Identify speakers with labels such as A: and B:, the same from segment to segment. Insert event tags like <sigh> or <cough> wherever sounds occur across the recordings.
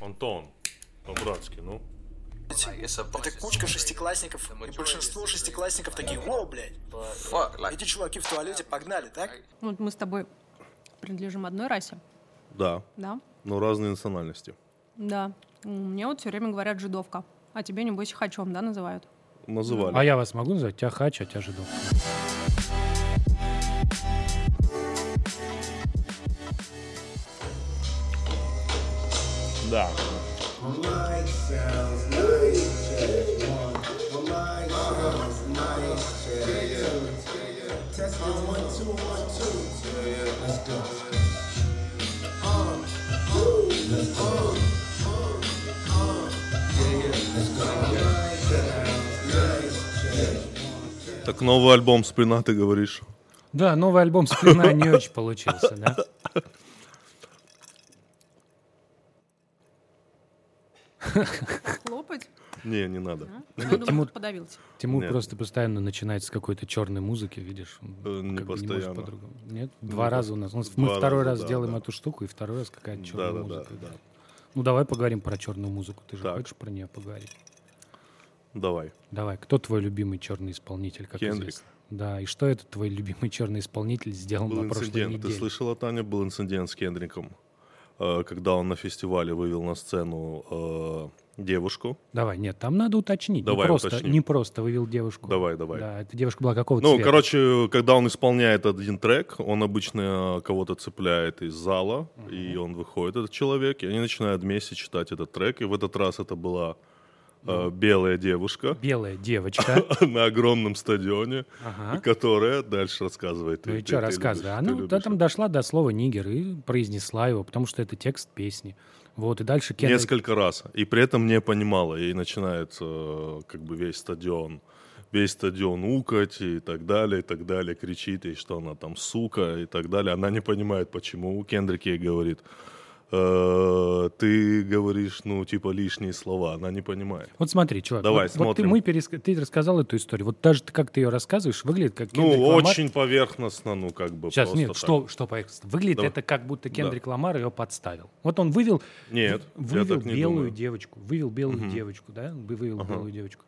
A: Антон, по-братски, ну.
B: Это кучка шестиклассников, и большинство шестиклассников такие, о, блядь,
C: Fuck, like,
B: эти чуваки в туалете погнали, так?
D: Ну, вот мы с тобой принадлежим одной расе,
E: Да,
D: да?
E: но разные национальности.
D: Да. М, Мне вот все время говорят жидовка. А тебе, небось, хачом, да, называют?
E: Называли.
F: А я вас могу назвать? Тебя хач, а тебя жидов.
A: Да.
E: Так новый альбом Сплина, ты говоришь.
F: Да, новый альбом Сплина не очень получился,
E: <laughs>
F: да?
D: Хлопать?
E: Не, не надо.
D: Я думаю, ты подавился.
F: Тимур
E: Нет.
F: просто постоянно начинает с какой-то черной музыки, видишь? он
E: Э, не
F: как бы может
E: постоянно.
F: по-другому. Нет? Два
E: Ну,
F: раза у нас. Он- Мы
E: два
F: второй
E: раза,
F: раз
E: да,
F: делаем
E: да.
F: эту штуку, и второй раз какая-то черная
E: Да, да, да,
F: музыка.
E: да.
F: Ну, давай поговорим про черную музыку. Ты же
E: Так.
F: хочешь про нее поговорить?
E: Давай.
F: Давай, кто твой любимый черный исполнитель? Как
E: Кендрик.
F: известно? Да, и что этот твой любимый черный исполнитель сделал
E: Был
F: на прошлой
E: инцидент. Ты
F: неделе?
E: слышала, Таня, был инцидент с Кендриком, э, когда он на фестивале вывел на сцену э, девушку.
F: Давай, нет, там надо уточнить. не
E: Давай
F: просто,
E: уточним.
F: не просто вывел девушку.
E: Давай, давай.
F: Да, эта девушка была какого
E: Ну,
F: цвета?
E: короче, когда он исполняет один трек, он обычно кого-то цепляет из зала, и он выходит, этот человек, и они начинают вместе читать этот трек. И в этот раз это была э, белая девушка <laughs>
F: белая девочка.
E: на огромном стадионе,
F: Ага.
E: которая дальше рассказывает.
F: А? Ну
E: Ты-
F: и
E: ты-
F: что
E: ты
F: рассказывай?
E: любишь,
F: Она
E: ты
F: вот
E: любишь.
F: там дошла до слова нигер и произнесла его, потому что это текст песни. Вот, и дальше Кендрик...
E: Несколько раз. И при этом не понимала. И начинает э, как бы весь стадион весь стадион укать и так далее, и так далее, кричит ей, что она там сука и так далее. Она не понимает, почему. Кендрик ей говорит, «Э, ты говоришь, ну, типа, лишние слова. Она не понимает.
F: Вот смотри, чувак,
E: Давай,
F: вот, вот ты,
E: смотрим.
F: мы переск- ты рассказал эту историю. Вот даже ты- как ты ее рассказываешь, выглядит как Кендрик
E: ну,
F: Ламар.
E: очень поверхностно, ну, как бы
F: Сейчас,
E: просто
F: нет,
E: так. <laughs>
F: что, что поверхностно? Выглядит
E: Давай.
F: это как будто Кендрик Ламар ее подставил. Вот он вывел,
E: Нет, я
F: вывел
E: так не
F: белую
E: думаю.
F: девочку, вывел белую девочку, да, Вы- вывел белую девочку.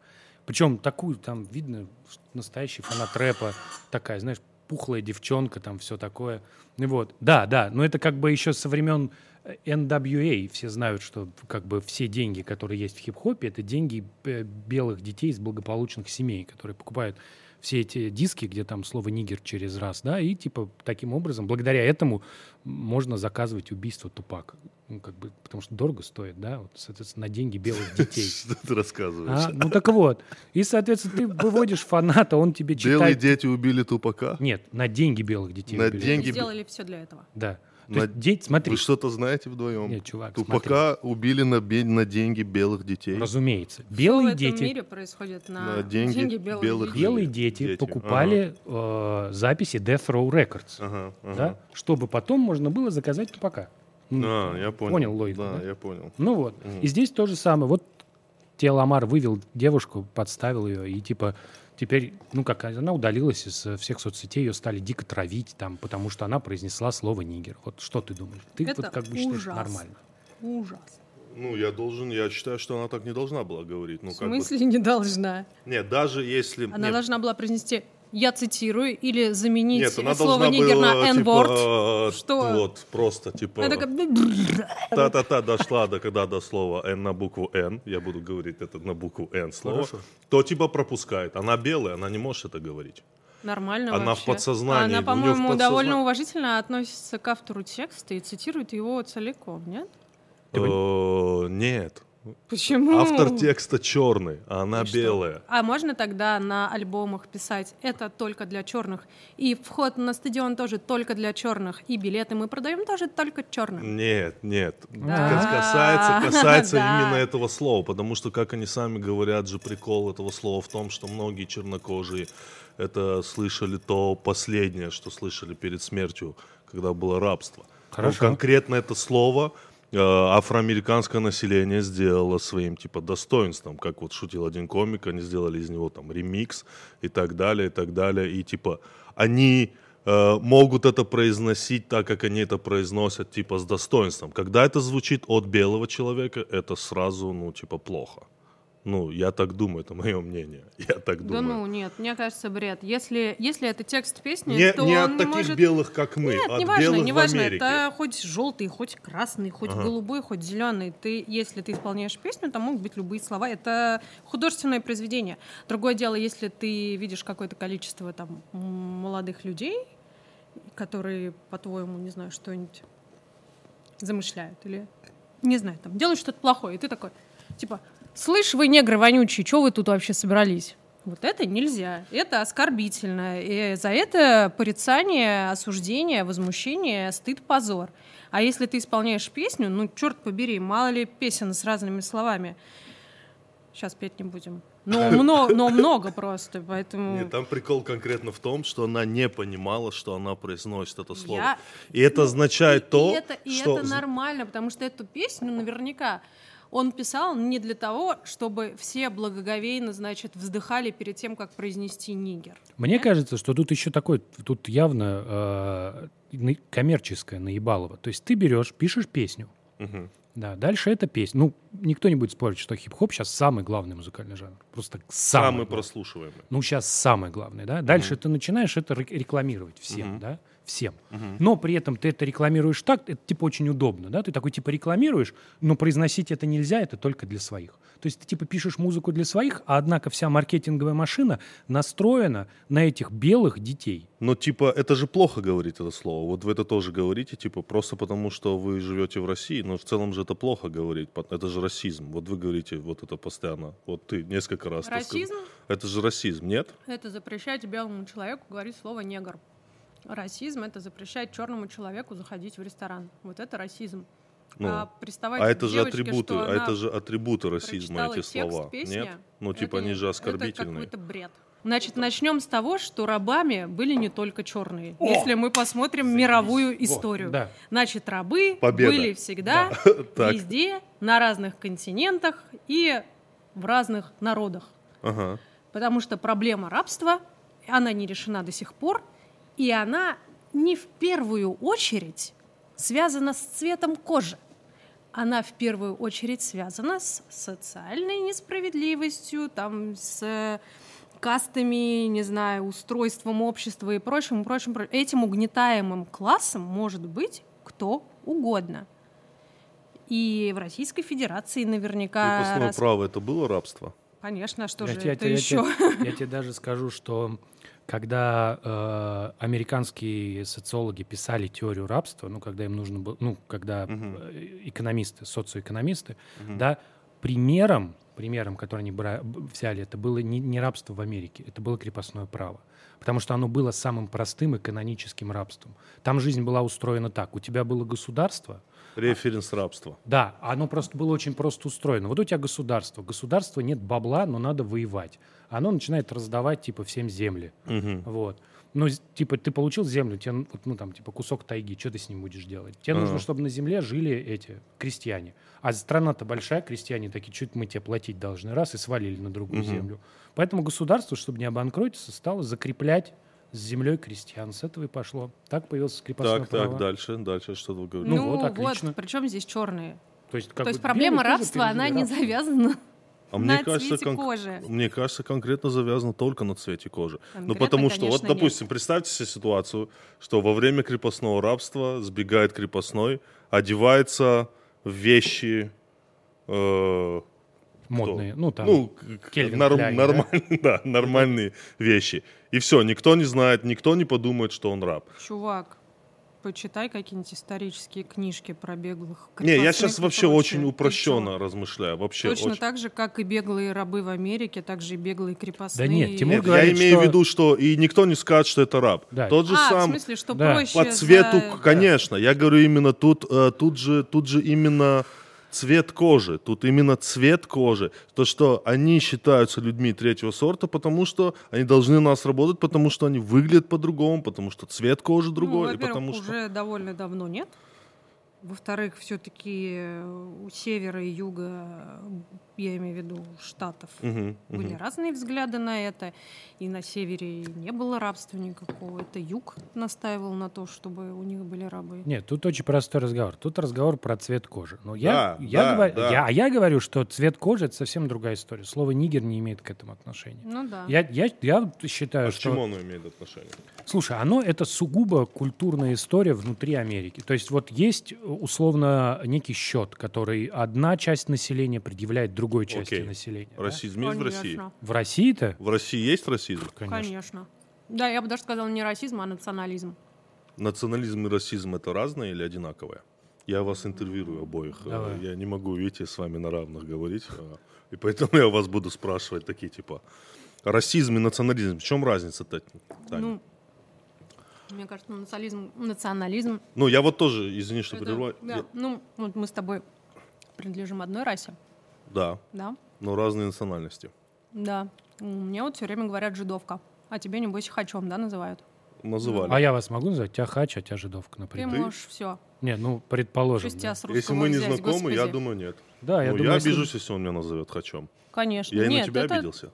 F: Причем такую, там видно, что настоящий фанат рэпа, такая, знаешь, пухлая девчонка, там все такое. Ну вот, да, да, но это как бы еще со времен э, NWA все знают, что как бы все деньги, которые есть в хип-хопе, это деньги э, белых детей из благополучных семей, которые покупают все эти диски, где там слово «нигер» через раз, да, и типа таким образом, благодаря этому можно заказывать убийство Тупака. Ну, как бы, потому что дорого стоит, да, вот, соответственно, на деньги белых детей.
E: Что ты рассказываешь?
F: А, ну так вот. И, соответственно, ты выводишь фаната, он тебе
E: Белые
F: читает...
E: дети убили тупака?
F: Нет, на деньги белых детей.
E: На
F: убили.
E: деньги-
D: Сделали все для этого.
F: Да. То
E: На-
F: есть, дети, смотри,
E: Вы что-то знаете вдвоем?
F: Нет, чувак,
E: Тупака убили на, бе- на деньги белых детей.
F: разумеется,
D: Что в
F: белые
D: этом
F: дети,
D: мире происходит
E: Ну, На
D: на
E: деньги
D: деньги белых
E: белых
D: людей?
F: белые дети,
E: Дети,
F: покупали э, записи Death Row Records,
E: Ага, ага.
F: да, чтобы потом можно было заказать тупака. Ну,
E: А, я понял.
F: Понял логику,
E: Да,
F: да?
E: я понял.
F: Ну вот. И здесь то же самое. Вот те Ламар вывел девушку, подставил ее, и типа теперь, ну как, она удалилась из э, всех соцсетей, ее стали дико травить там, потому что она произнесла слово нигер. Вот что ты думаешь? Ты
D: Это
F: вот как бы считаешь
D: ужас.
F: нормально?
D: Ужас.
E: Ну, я должен, я считаю, что она так не должна была говорить. Ну,
D: В
E: как бы-
D: смысле не должна?
E: Нет, даже если...
D: Она
E: нет,
D: должна была произнести «я цитирую» или заменить
E: Нет, она
D: слово
E: должна
D: «нигер»
E: была,
D: на «n-word».
E: типа, э,
D: Что?
E: Вот, просто, типа...
D: Она такая «Бррр».
E: Та-та-та дошла до когда до слова N на букву N, я буду говорить это на букву N слово,
F: Хорошо.
E: то типа пропускает. Она белая, она не может это говорить.
D: Нормально
E: Она в
D: вообще.
E: подсознании, у
D: Она,
E: неё в
D: по-моему,
E: подсозна-
D: довольно уважительно относится к автору текста и цитирует его целиком, нет?
E: Э, Нет.
D: Почему?
E: Автор текста черный, а она
D: И что?
E: белая.
D: А можно тогда на альбомах писать «это только для черных» и вход на стадион тоже только для черных, и билеты мы продаем тоже только черным?
E: Нет, нет.
D: Да.
E: Кас-
D: <laughs>
E: Касается, касается
D: Да.
E: именно этого слова, потому что, как они сами говорят, же прикол этого слова в том, что многие чернокожие это слышали то последнее, что слышали перед смертью, когда было рабство. Ну, Но
F: Хорошо.
E: конкретно это слово э, афроамериканское население сделало своим типа достоинством, как вот шутил один комик, они сделали из него там ремикс и так далее, и так далее, и типа они э, э, могут это произносить так, как они это произносят, типа с достоинством. Когда это звучит от белого человека, это сразу, ну, типа, плохо. Ну, я так думаю, это мое мнение. <laughs> Я так
D: Да
E: думаю.
D: ну, нет, мне кажется, бред. Если, если это текст песни,
E: не
D: ну, то
E: не
D: он
E: от
D: не
E: таких
D: может...
E: белых, как мы, а
D: Нет,
E: от
D: неважно,
E: белых
D: неважно,
E: в Америке.
D: это хоть желтый, хоть красный, хоть
E: Ага.
D: голубой, хоть зеленый. Ты, если ты исполняешь песню, там могут быть любые слова. Это художественное произведение. Другое дело, если ты видишь какое-то количество там м, молодых людей, которые, по-твоему, не знаю, что-нибудь замышляют или, не знаю, там, делают что-то плохое, и ты такой, типа, слышь, вы негры вонючие, что вы тут вообще собрались? Вот это нельзя, это оскорбительно, и за это порицание, осуждение, возмущение, стыд, позор. А если ты исполняешь песню, ну, черт побери, мало ли песен с разными словами. Сейчас петь не будем. Но, мно- но много просто, поэтому...
E: Нет, там прикол конкретно в том, что она не понимала, что она произносит это слово.
D: Я-
E: И это означает
D: И-
E: то,
D: и это, и
E: что...
D: это нормально, потому что эту песню наверняка он писал не для того, чтобы все благоговейно, значит, вздыхали перед тем, как произнести нигер.
F: Мне кажется, что тут еще такой, тут явно э, на- коммерческое наебалово. То есть ты берешь, пишешь песню,
E: Мгм.
F: да, дальше эта песня. Ну, никто не будет спорить, что хип-хоп сейчас самый главный музыкальный жанр. Просто самый.
E: Самый
F: главный.
E: прослушиваемый.
F: Ну, сейчас самое главное, да. Дальше ты начинаешь это рек- рекламировать всем,
E: Мгм.
F: да, всем.
E: Мгм.
F: Но при этом ты это рекламируешь так, это типа очень удобно, да, ты такой типа рекламируешь, но произносить это нельзя, это только для своих. То есть ты типа пишешь музыку для своих, а однако вся маркетинговая машина настроена на этих белых детей.
E: Но типа, это же плохо говорить это слово. Вот вы это тоже говорите, типа, просто потому, что вы живете в России, но в целом же это плохо говорить. пот- Это же расизм. Вот вы говорите вот это постоянно. Вот ты несколько раз. ты сказ-
D: Расизм
E: Это же расизм, нет?
D: — это запрещать белому человеку говорить слово «негр». Расизм — это запрещать черному человеку заходить в ресторан. Вот это расизм.
E: Ну,
D: а приставать
E: а
D: к
E: это же
D: девочке,
E: атрибуты,
D: что
E: а
D: она
E: это же атрибуты расизма
D: прочитала
E: эти
D: текст
E: слова,
D: песни,
E: нет? Ну
D: это
E: типа
D: не-
E: они же
D: Это
E: оскорбительные.
D: какой-то бред. Значит, начнем с того, что рабами были не только черные. Если мы посмотрим мировую историю.
F: да.
D: Значит, рабы
E: Победа.
D: были всегда,
E: <laughs> Так.
D: везде, на разных континентах и в разных народах.
E: Ага.
D: Потому что проблема рабства, она не решена до сих пор, и она не в первую очередь связана с цветом кожи. Она в первую очередь связана с социальной несправедливостью, там, с э, кастами, не знаю, устройством общества и прочим, прочим, прочим. Этим угнетаемым классом может быть кто угодно. И в Российской Федерации наверняка...
E: Крепостное
D: раз-
E: право это было рабство?
D: Конечно, а что
F: Я
D: же
F: те- я
D: это
F: те- я
D: еще? <laughs>
F: те- Я тебе даже скажу, что когда э, американские социологи писали теорию рабства, ну, когда им нужно было, ну, когда
E: Мгм.
F: э, экономисты, социоэкономисты,
E: Мгм.
F: да, примером, примером, который они бра- б- взяли, это было не, не рабство в Америке, это было крепостное право. Потому что оно было самым простым и каноническим рабством. Там жизнь была устроена так. У тебя было государство,
E: Референс рабства.
F: да, оно просто было очень просто устроено. Вот у тебя государство. Государство нет бабла, но надо воевать. Оно начинает раздавать, типа, всем земли.
E: Мгм.
F: Вот. Ну, з- типа, ты получил землю, тебе, ну, вот, ну, там, типа, кусок тайги, что ты с ним будешь делать? Тебе нужно,
E: Ага.
F: чтобы на земле жили эти крестьяне. А страна-то большая, крестьяне такие, чуть мы тебе платить должны, раз, и свалили на другую
E: Мгм.
F: землю. Поэтому государство, чтобы не обанкротиться, стало закреплять с землей крестьян. С этого и пошло. Так появился крепостное
E: Так,
F: право.
E: так, дальше, дальше что вы говорите?
F: Ну вот, отлично.
D: причем здесь черные.
F: То есть, как
D: То
F: бы
D: есть проблема
F: белые тоже
D: рабства, она
F: пережили
D: не
F: рабство.
D: завязана
E: А
D: на
E: мне кажется,
D: цвете
E: конк-
D: кожи.
E: Мне кажется, конкретно завязано только на цвете кожи. ну,
D: Конкретно,
E: потому что, вот,
D: конечно, нет.
E: допустим, представьте себе ситуацию, что во время крепостного рабства сбегает крепостной, одевается в вещи... э,
F: Модные. Ну, там.
E: ну, к- к-
F: Кельвин
E: норм-
F: Кляйн, да?
E: нормаль- да, нормальные <laughs> вещи. И все, никто не знает, никто не подумает, что он раб.
D: Чувак, почитай какие-нибудь исторические книжки про беглых.
E: Не, я
D: крепостных
E: сейчас
D: и
E: вообще очень
D: прочее. Ты
E: упрощенно
D: чё?
E: размышляю. Вообще
D: Точно
E: очень-
D: так же, как и беглые рабы в Америке, так же и беглые крепостные.
F: Да нет, Тимур
E: Нет, я
F: говорит,
E: имею в
F: что-
E: виду, что и никто не скажет, что это раб.
F: Да.
E: Тот же
D: а, в
E: сам
D: смысле, что
F: Да.
D: проще
E: по цвету,
D: за- ну,
E: к- конечно. Я говорю именно тут, э, тут же, тут же именно цвет кожи. Тут именно цвет кожи. То, что они считаются людьми третьего сорта, потому что они должны на нас работать, потому что они выглядят по-другому, потому что цвет кожи
D: Ну,
E: другой, и
D: во-первых,
E: потому что.
D: уже довольно давно нет. Во-вторых, все-таки у севера и юга я имею в виду штатов,
E: Мгм,
D: были
E: мгм.
D: разные взгляды на это. И на севере не было рабства никакого. Это юг настаивал на то, чтобы у них были рабы.
F: Нет, тут очень простой разговор. Тут разговор про цвет кожи. Но я,
E: Да,
F: я,
E: да,
F: говорю,
E: да.
F: я, а я говорю, что цвет кожи это совсем другая история. Слово нигер не имеет к этому отношения.
D: Ну да.
F: Я, я, я считаю,
E: А к
F: что.
E: чему оно имеет отношение?
F: Слушай, оно это сугубо культурная история внутри Америки. То есть вот есть э, условно некий счет, который одна часть населения предъявляет другой части
E: Окей.
F: населения. да?
E: Расизм есть в России?
D: Конечно.
F: В России-то,
E: В России есть расизм?
F: конечно.
D: Конечно. Да, я бы даже сказала не расизм, а национализм.
E: Национализм и расизм это разное или одинаковое? Я вас интервьюирую обоих. Э,
F: Давай.
E: Я не могу, видите, с вами на равных говорить. э, И поэтому <laughs> я вас буду спрашивать такие типа расизм и национализм. В чем разница-то? Таня?
D: Ну, мне кажется, ну, национализм, национализм
E: Ну, я вот тоже, извини, что
D: Это-
E: прерываю.
D: да.
E: Я-
D: Ну, вот мы с тобой принадлежим одной расе,
E: да,
D: да?
E: но разные национальности.
D: Да. М, Мне вот все время говорят жидовка. А тебе, небось, хачом, да, называют?
E: Называли.
F: А я вас могу назвать? Тебя хач, а тебя жидовка,
D: Ты
F: например.
D: можешь все.
F: Не, ну, предположим.
D: Шестя
F: Да,
D: с
E: Если
D: русского
E: мы не
D: Ну, взять,
E: знакомы,
D: господи.
E: я думаю, нет.
F: Да, А я
E: ну,
F: думаю,
E: я
F: если-
E: обижусь, если он меня назовет хачом.
D: Конечно.
E: Я и
D: Нет,
E: на тебя
D: это...
E: обиделся.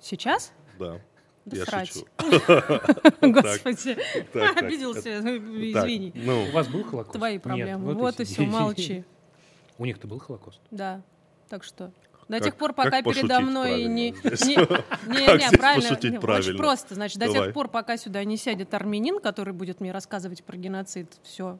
D: Сейчас?
E: Да.
D: Да
E: я
D: срать. <laughs>
E: шучу.
D: Господи.
E: Так, так.
D: Обиделся,
E: Так,
D: извини.
E: ну,
F: У вас был Холокост?
D: Твои
F: Нет,
D: проблемы. вот и все,
F: сиди. <laughs>
D: молчи.
F: У них-то был Холокост.
D: Да. Так что. До
E: Как-
D: тех пор, пока
E: как
D: передо
E: пошутить
D: мной
E: правильно
D: не...
E: <laughs> здесь?
D: не- Не,
E: Как
D: не,
E: здесь
D: правильно. не,
E: пошутить
D: Очень
E: правильно?
D: просто. Значит, до
E: Давай.
D: тех пор, пока сюда не сядет армянин, который будет мне рассказывать про геноцид, все.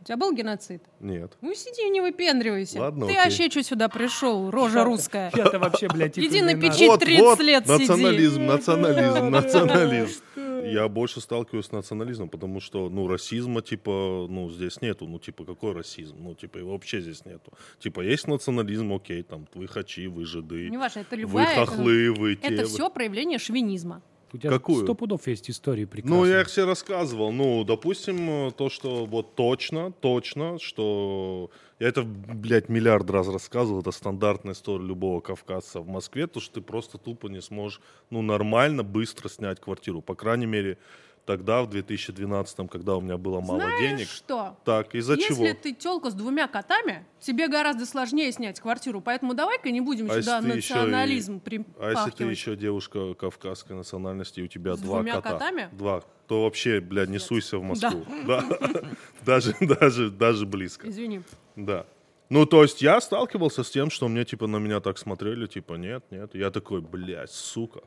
D: У тебя был геноцид?
E: Нет.
D: Ну сиди, не выпендривайся.
E: Ладно,
D: Ты
E: окей.
D: вообще что сюда пришел, рожа русская?
F: Я-то вообще, блядь,
D: Иди
F: титульный
D: напечи- Чуть
F: наш.
D: 30 лет сиди.
E: национализм,
D: <laughs>
E: национализм, национализм. Я больше сталкиваюсь с национализмом, потому что, ну, расизма, типа, ну, здесь нету. Ну, типа, какой расизм? Ну, типа, его вообще здесь нету. Типа, есть национализм, окей, там, вы хачи, вы жиды,
D: Неважно, это
E: вы
D: любая...
E: хохлы, вы те.
D: Это
E: вы-
D: все проявление шовинизма.
F: У тебя
E: Какую?
F: сто пудов есть истории прекрасные.
E: Ну, я их все рассказывал. Ну, допустим, э, то, что вот точно, точно, что... Я это, блядь, миллиард раз рассказывал. Это стандартная история любого кавказца в Москве. То, что ты просто тупо не сможешь, ну, нормально, быстро снять квартиру. По крайней мере, тогда, в 2012, когда у меня было мало денег.
D: Что?
E: Так, из-за
D: Если
E: чего?
D: ты телка с двумя котами, тебе гораздо сложнее снять квартиру, поэтому давай-ка не будем
E: А если
D: сюда
E: ты ещё и-
D: национализм
E: А если ты
D: припахивать.
E: еще девушка кавказской национальности, и у тебя
D: С
E: два
D: двумя
E: кота.
D: котами?
E: Два. То вообще, блядь, не суйся в Москву.
D: <laughs>
E: Да. <laughs> Даже, даже, даже близко.
D: Извини.
E: Да. Ну, то есть я сталкивался с тем, что мне, типа, на меня так смотрели, типа, нет, нет. Я такой, блядь, сука.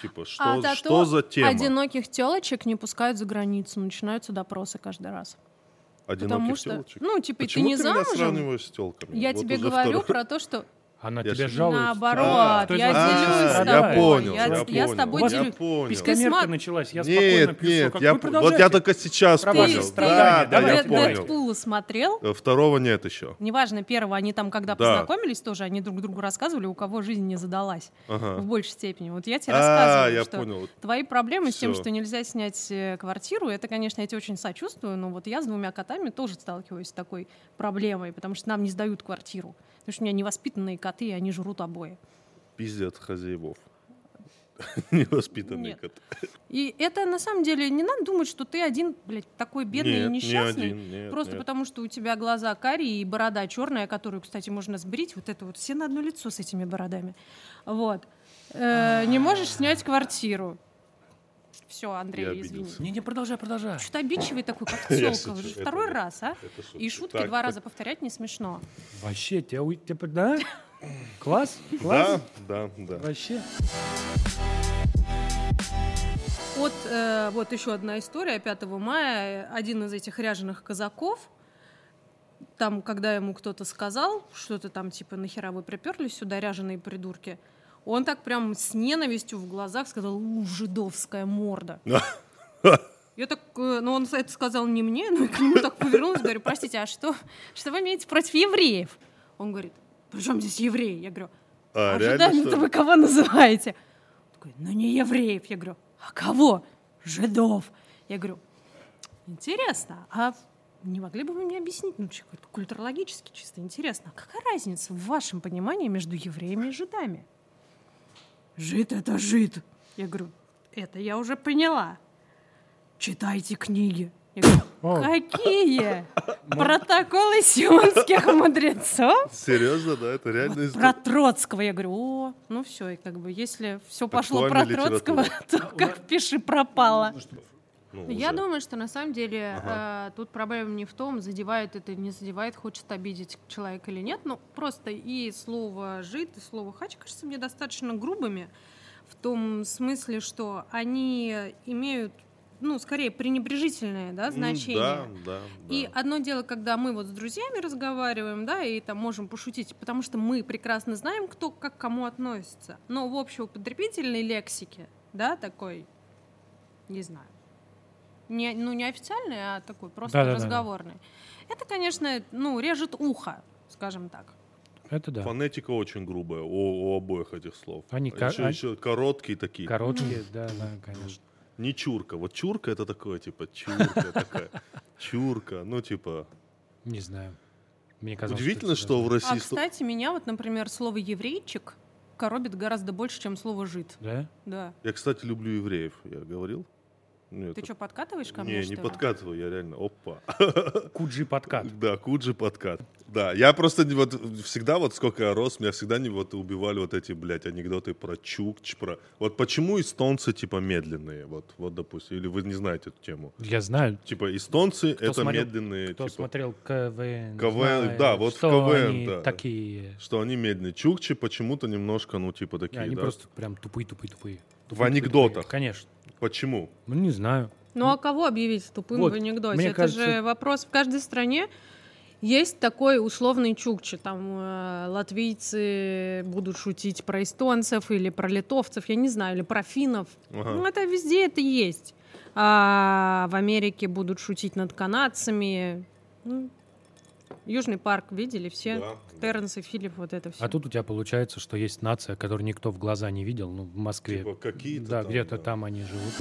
E: Типа, что,
D: А зато
E: что за тема?
D: Одиноких телочек не пускают за границу, начинаются допросы каждый раз. потому
E: Одиноких
D: что-
E: тёлочек?
D: ну, типа, и ты
E: Почему
D: не
E: меня
D: замужем?
E: сравниваешь с
D: <laughs>
E: телками?
D: Я тебе говорю про то, что
F: Она
E: Я
F: тебя
E: же-
F: жалует.
D: наоборот,
F: Кто из
D: я
F: вас не
D: делюсь с
F: страдает?
E: Я
D: тобой.
E: понял,
D: Я-
E: я,
D: я с
E: понял,
D: тобой
E: я
D: делюсь.
E: понял.
D: Писька-
F: Пескомерка
D: Ты сма-
F: началась, я спокойно
E: Нет,
F: пишу, А
E: нет,
F: как
E: я,
F: вы
E: п- вот я
F: продолжаете.
E: только сейчас
F: Ты
E: понял. Да,
F: страдания,
E: да,
F: давай,
E: я
D: Дэд-
F: давай.
E: понял.
D: Дэдпула смотрел?
E: Э, Второго нет еще.
D: Неважно, первого они там, когда
E: Да.
D: познакомились тоже, они друг другу рассказывали, у кого жизнь не задалась в
E: Ага.
D: большей степени. Вот я тебе
E: А,
D: рассказываю,
E: я
D: что
E: понял.
D: твои проблемы с тем,
E: Всё.
D: что нельзя снять э, квартиру, это, конечно, я тебе очень сочувствую, но вот я с двумя котами тоже сталкиваюсь с такой проблемой, потому что нам не сдают квартиру. Потому что у меня невоспитанные коты, и они жрут обои.
E: Пиздят хозяевов. <laughs> Невоспитанный
D: Нет.
E: кот.
D: И это на самом деле не надо думать, что ты один, блядь, такой бедный
E: Нет,
D: и
E: не
D: несчастный.
E: один, нет,
D: просто
E: нет.
D: потому, что у тебя глаза карие и борода черная, которую, кстати, можно сбрить. Вот это вот все на одно лицо с этими бородами. Вот. Э, не можешь снять квартиру. Все,
E: Я
D: Андрей, извини.
E: обиделся.
F: Не, не, продолжай, продолжай.
D: Что-то обидчивый такой, как
E: <laughs> Я
D: телка.
E: шучу, это
D: Второй
E: вот-
D: раз, а?
E: это шутка.
D: И шутки
E: Так,
D: два
E: так.
D: раза повторять не смешно.
F: Вообще, тебя... у- тебя- Да? Класс?
E: Да,
F: Класс?
E: да, да.
F: Вообще.
D: Вот, э, вот еще одна история. 5 мая э, один из этих ряженых казаков, там, когда ему кто-то сказал, что-то там типа нахера вы приперлись сюда, ряженые придурки, он так прям с ненавистью в глазах сказал, у, жидовская
E: <laughs>
D: морда. Я так, э, ну он это сказал не мне, но я к нему так повернулась, говорю, простите, а что, что вы имеете против евреев? Он говорит, при чем здесь евреи? Я говорю,
E: А,
D: а
E: реально,
D: жидами-то
E: что ли?
D: вы кого называете? Он такой, ну не евреев. Я говорю, а кого? Жидов. Я говорю, интересно, а не могли бы вы мне объяснить, ну, чё, как-то культурологически чисто интересно, а какая разница в вашем понимании между евреями и жидами? Жид — это жид. Я говорю, это я уже поняла. Читайте книги.
A: Я говорю,
F: О.
E: <laughs>
A: Какие протоколы сионских мудрецов?
E: Серьезно, да? Это реально из...
A: Про Троцкого. Я говорю, о, ну все, и как бы, если все пошло про
E: Актуальная литература.
A: Троцкого, <laughs> то как пиши пропало.
E: ну,
D: Ну, <laughs> Я
E: уже.
D: думаю, что на самом деле э, тут проблема не в том, задевает это, не задевает, хочет обидеть человека или нет. Ну, просто и слово «жид», и слово «хач» кажется мне достаточно грубыми в том смысле, что они имеют, ну, скорее, пренебрежительное да,
E: М,
D: значение.
E: Ну, Да, да,
D: И
E: да.
D: одно дело, когда мы вот с друзьями разговариваем, да, и там можем пошутить, потому что мы прекрасно знаем, кто как к кому относится. Но в общеупотребительной лексике, да, такой, не знаю, не, ну не официальной, а такой просто
F: Да-да-да-да.
D: разговорной. Это, конечно, ну режет ухо, скажем так.
F: Это
D: а
F: да.
E: Фонетика очень грубая у, у обоих этих слов.
F: Они
E: А
F: ко-
E: еще,
F: а-
E: еще короткие такие.
F: Короткие, да, да, конечно.
E: Не чурка. Вот чурка это такое, типа,
F: <laughs>
E: чурка такая. Чурка. Ну, типа.
F: Не знаю. Мне казалось,
E: Удивительно,
F: это
E: что в
F: даже-
E: России...
D: А
E: сто-
D: кстати, меня вот, например, слово еврейчик коробит гораздо больше, чем слово жид.
F: Да?
D: Да.
E: Я, кстати, люблю евреев. Я говорил? Нет,
D: Ты что, подкатываешь ко мне?
E: не,
D: что
E: не
D: ли?
E: подкатываю, я реально, опа.
F: Куджи подкат.
E: Да, Куджи подкат. Да, я просто не- вот всегда, вот сколько я рос, меня всегда не вот убивали вот эти, блядь, анекдоты про чукч, про... Вот почему эстонцы, типа, медленные, вот, вот, допустим, или вы не знаете эту тему?
F: Я знаю.
E: Типа, эстонцы
F: Кто
E: это
F: смотрел-
E: медленные,
F: Кто
E: типа,
F: смотрел КВН,
E: КВН,
F: знает,
E: да, вот в
F: что
E: КВН,
F: они
E: да.
F: такие.
E: что они медленные. Чукчи почему-то немножко, ну, типа,
F: Не,
E: такие,
F: они
E: да?
F: просто прям тупые-тупые-тупые.
E: В анекдотах.
F: Конечно.
E: Почему?
F: Ну, не знаю.
A: Ну а кого объявить тупым
F: Вот,
A: в анекдоте?
F: мне
A: Это
F: кажется-
A: же вопрос. В каждой стране есть такой условный чукчи. Там э, латвийцы будут шутить про эстонцев или про литовцев, я не знаю, или про финнов.
E: Ага.
A: Ну это везде это есть. А в Америке будут шутить над канадцами. Ну, Южный парк видели все.
E: Да,
A: Терренс и Филипп, вот это все.
F: А тут у тебя получается, что есть нация, которую никто в глаза не видел, ну, в Москве.
E: Типа, какие-то
F: Да,
E: там,
F: где-то
E: да.
F: там они живут.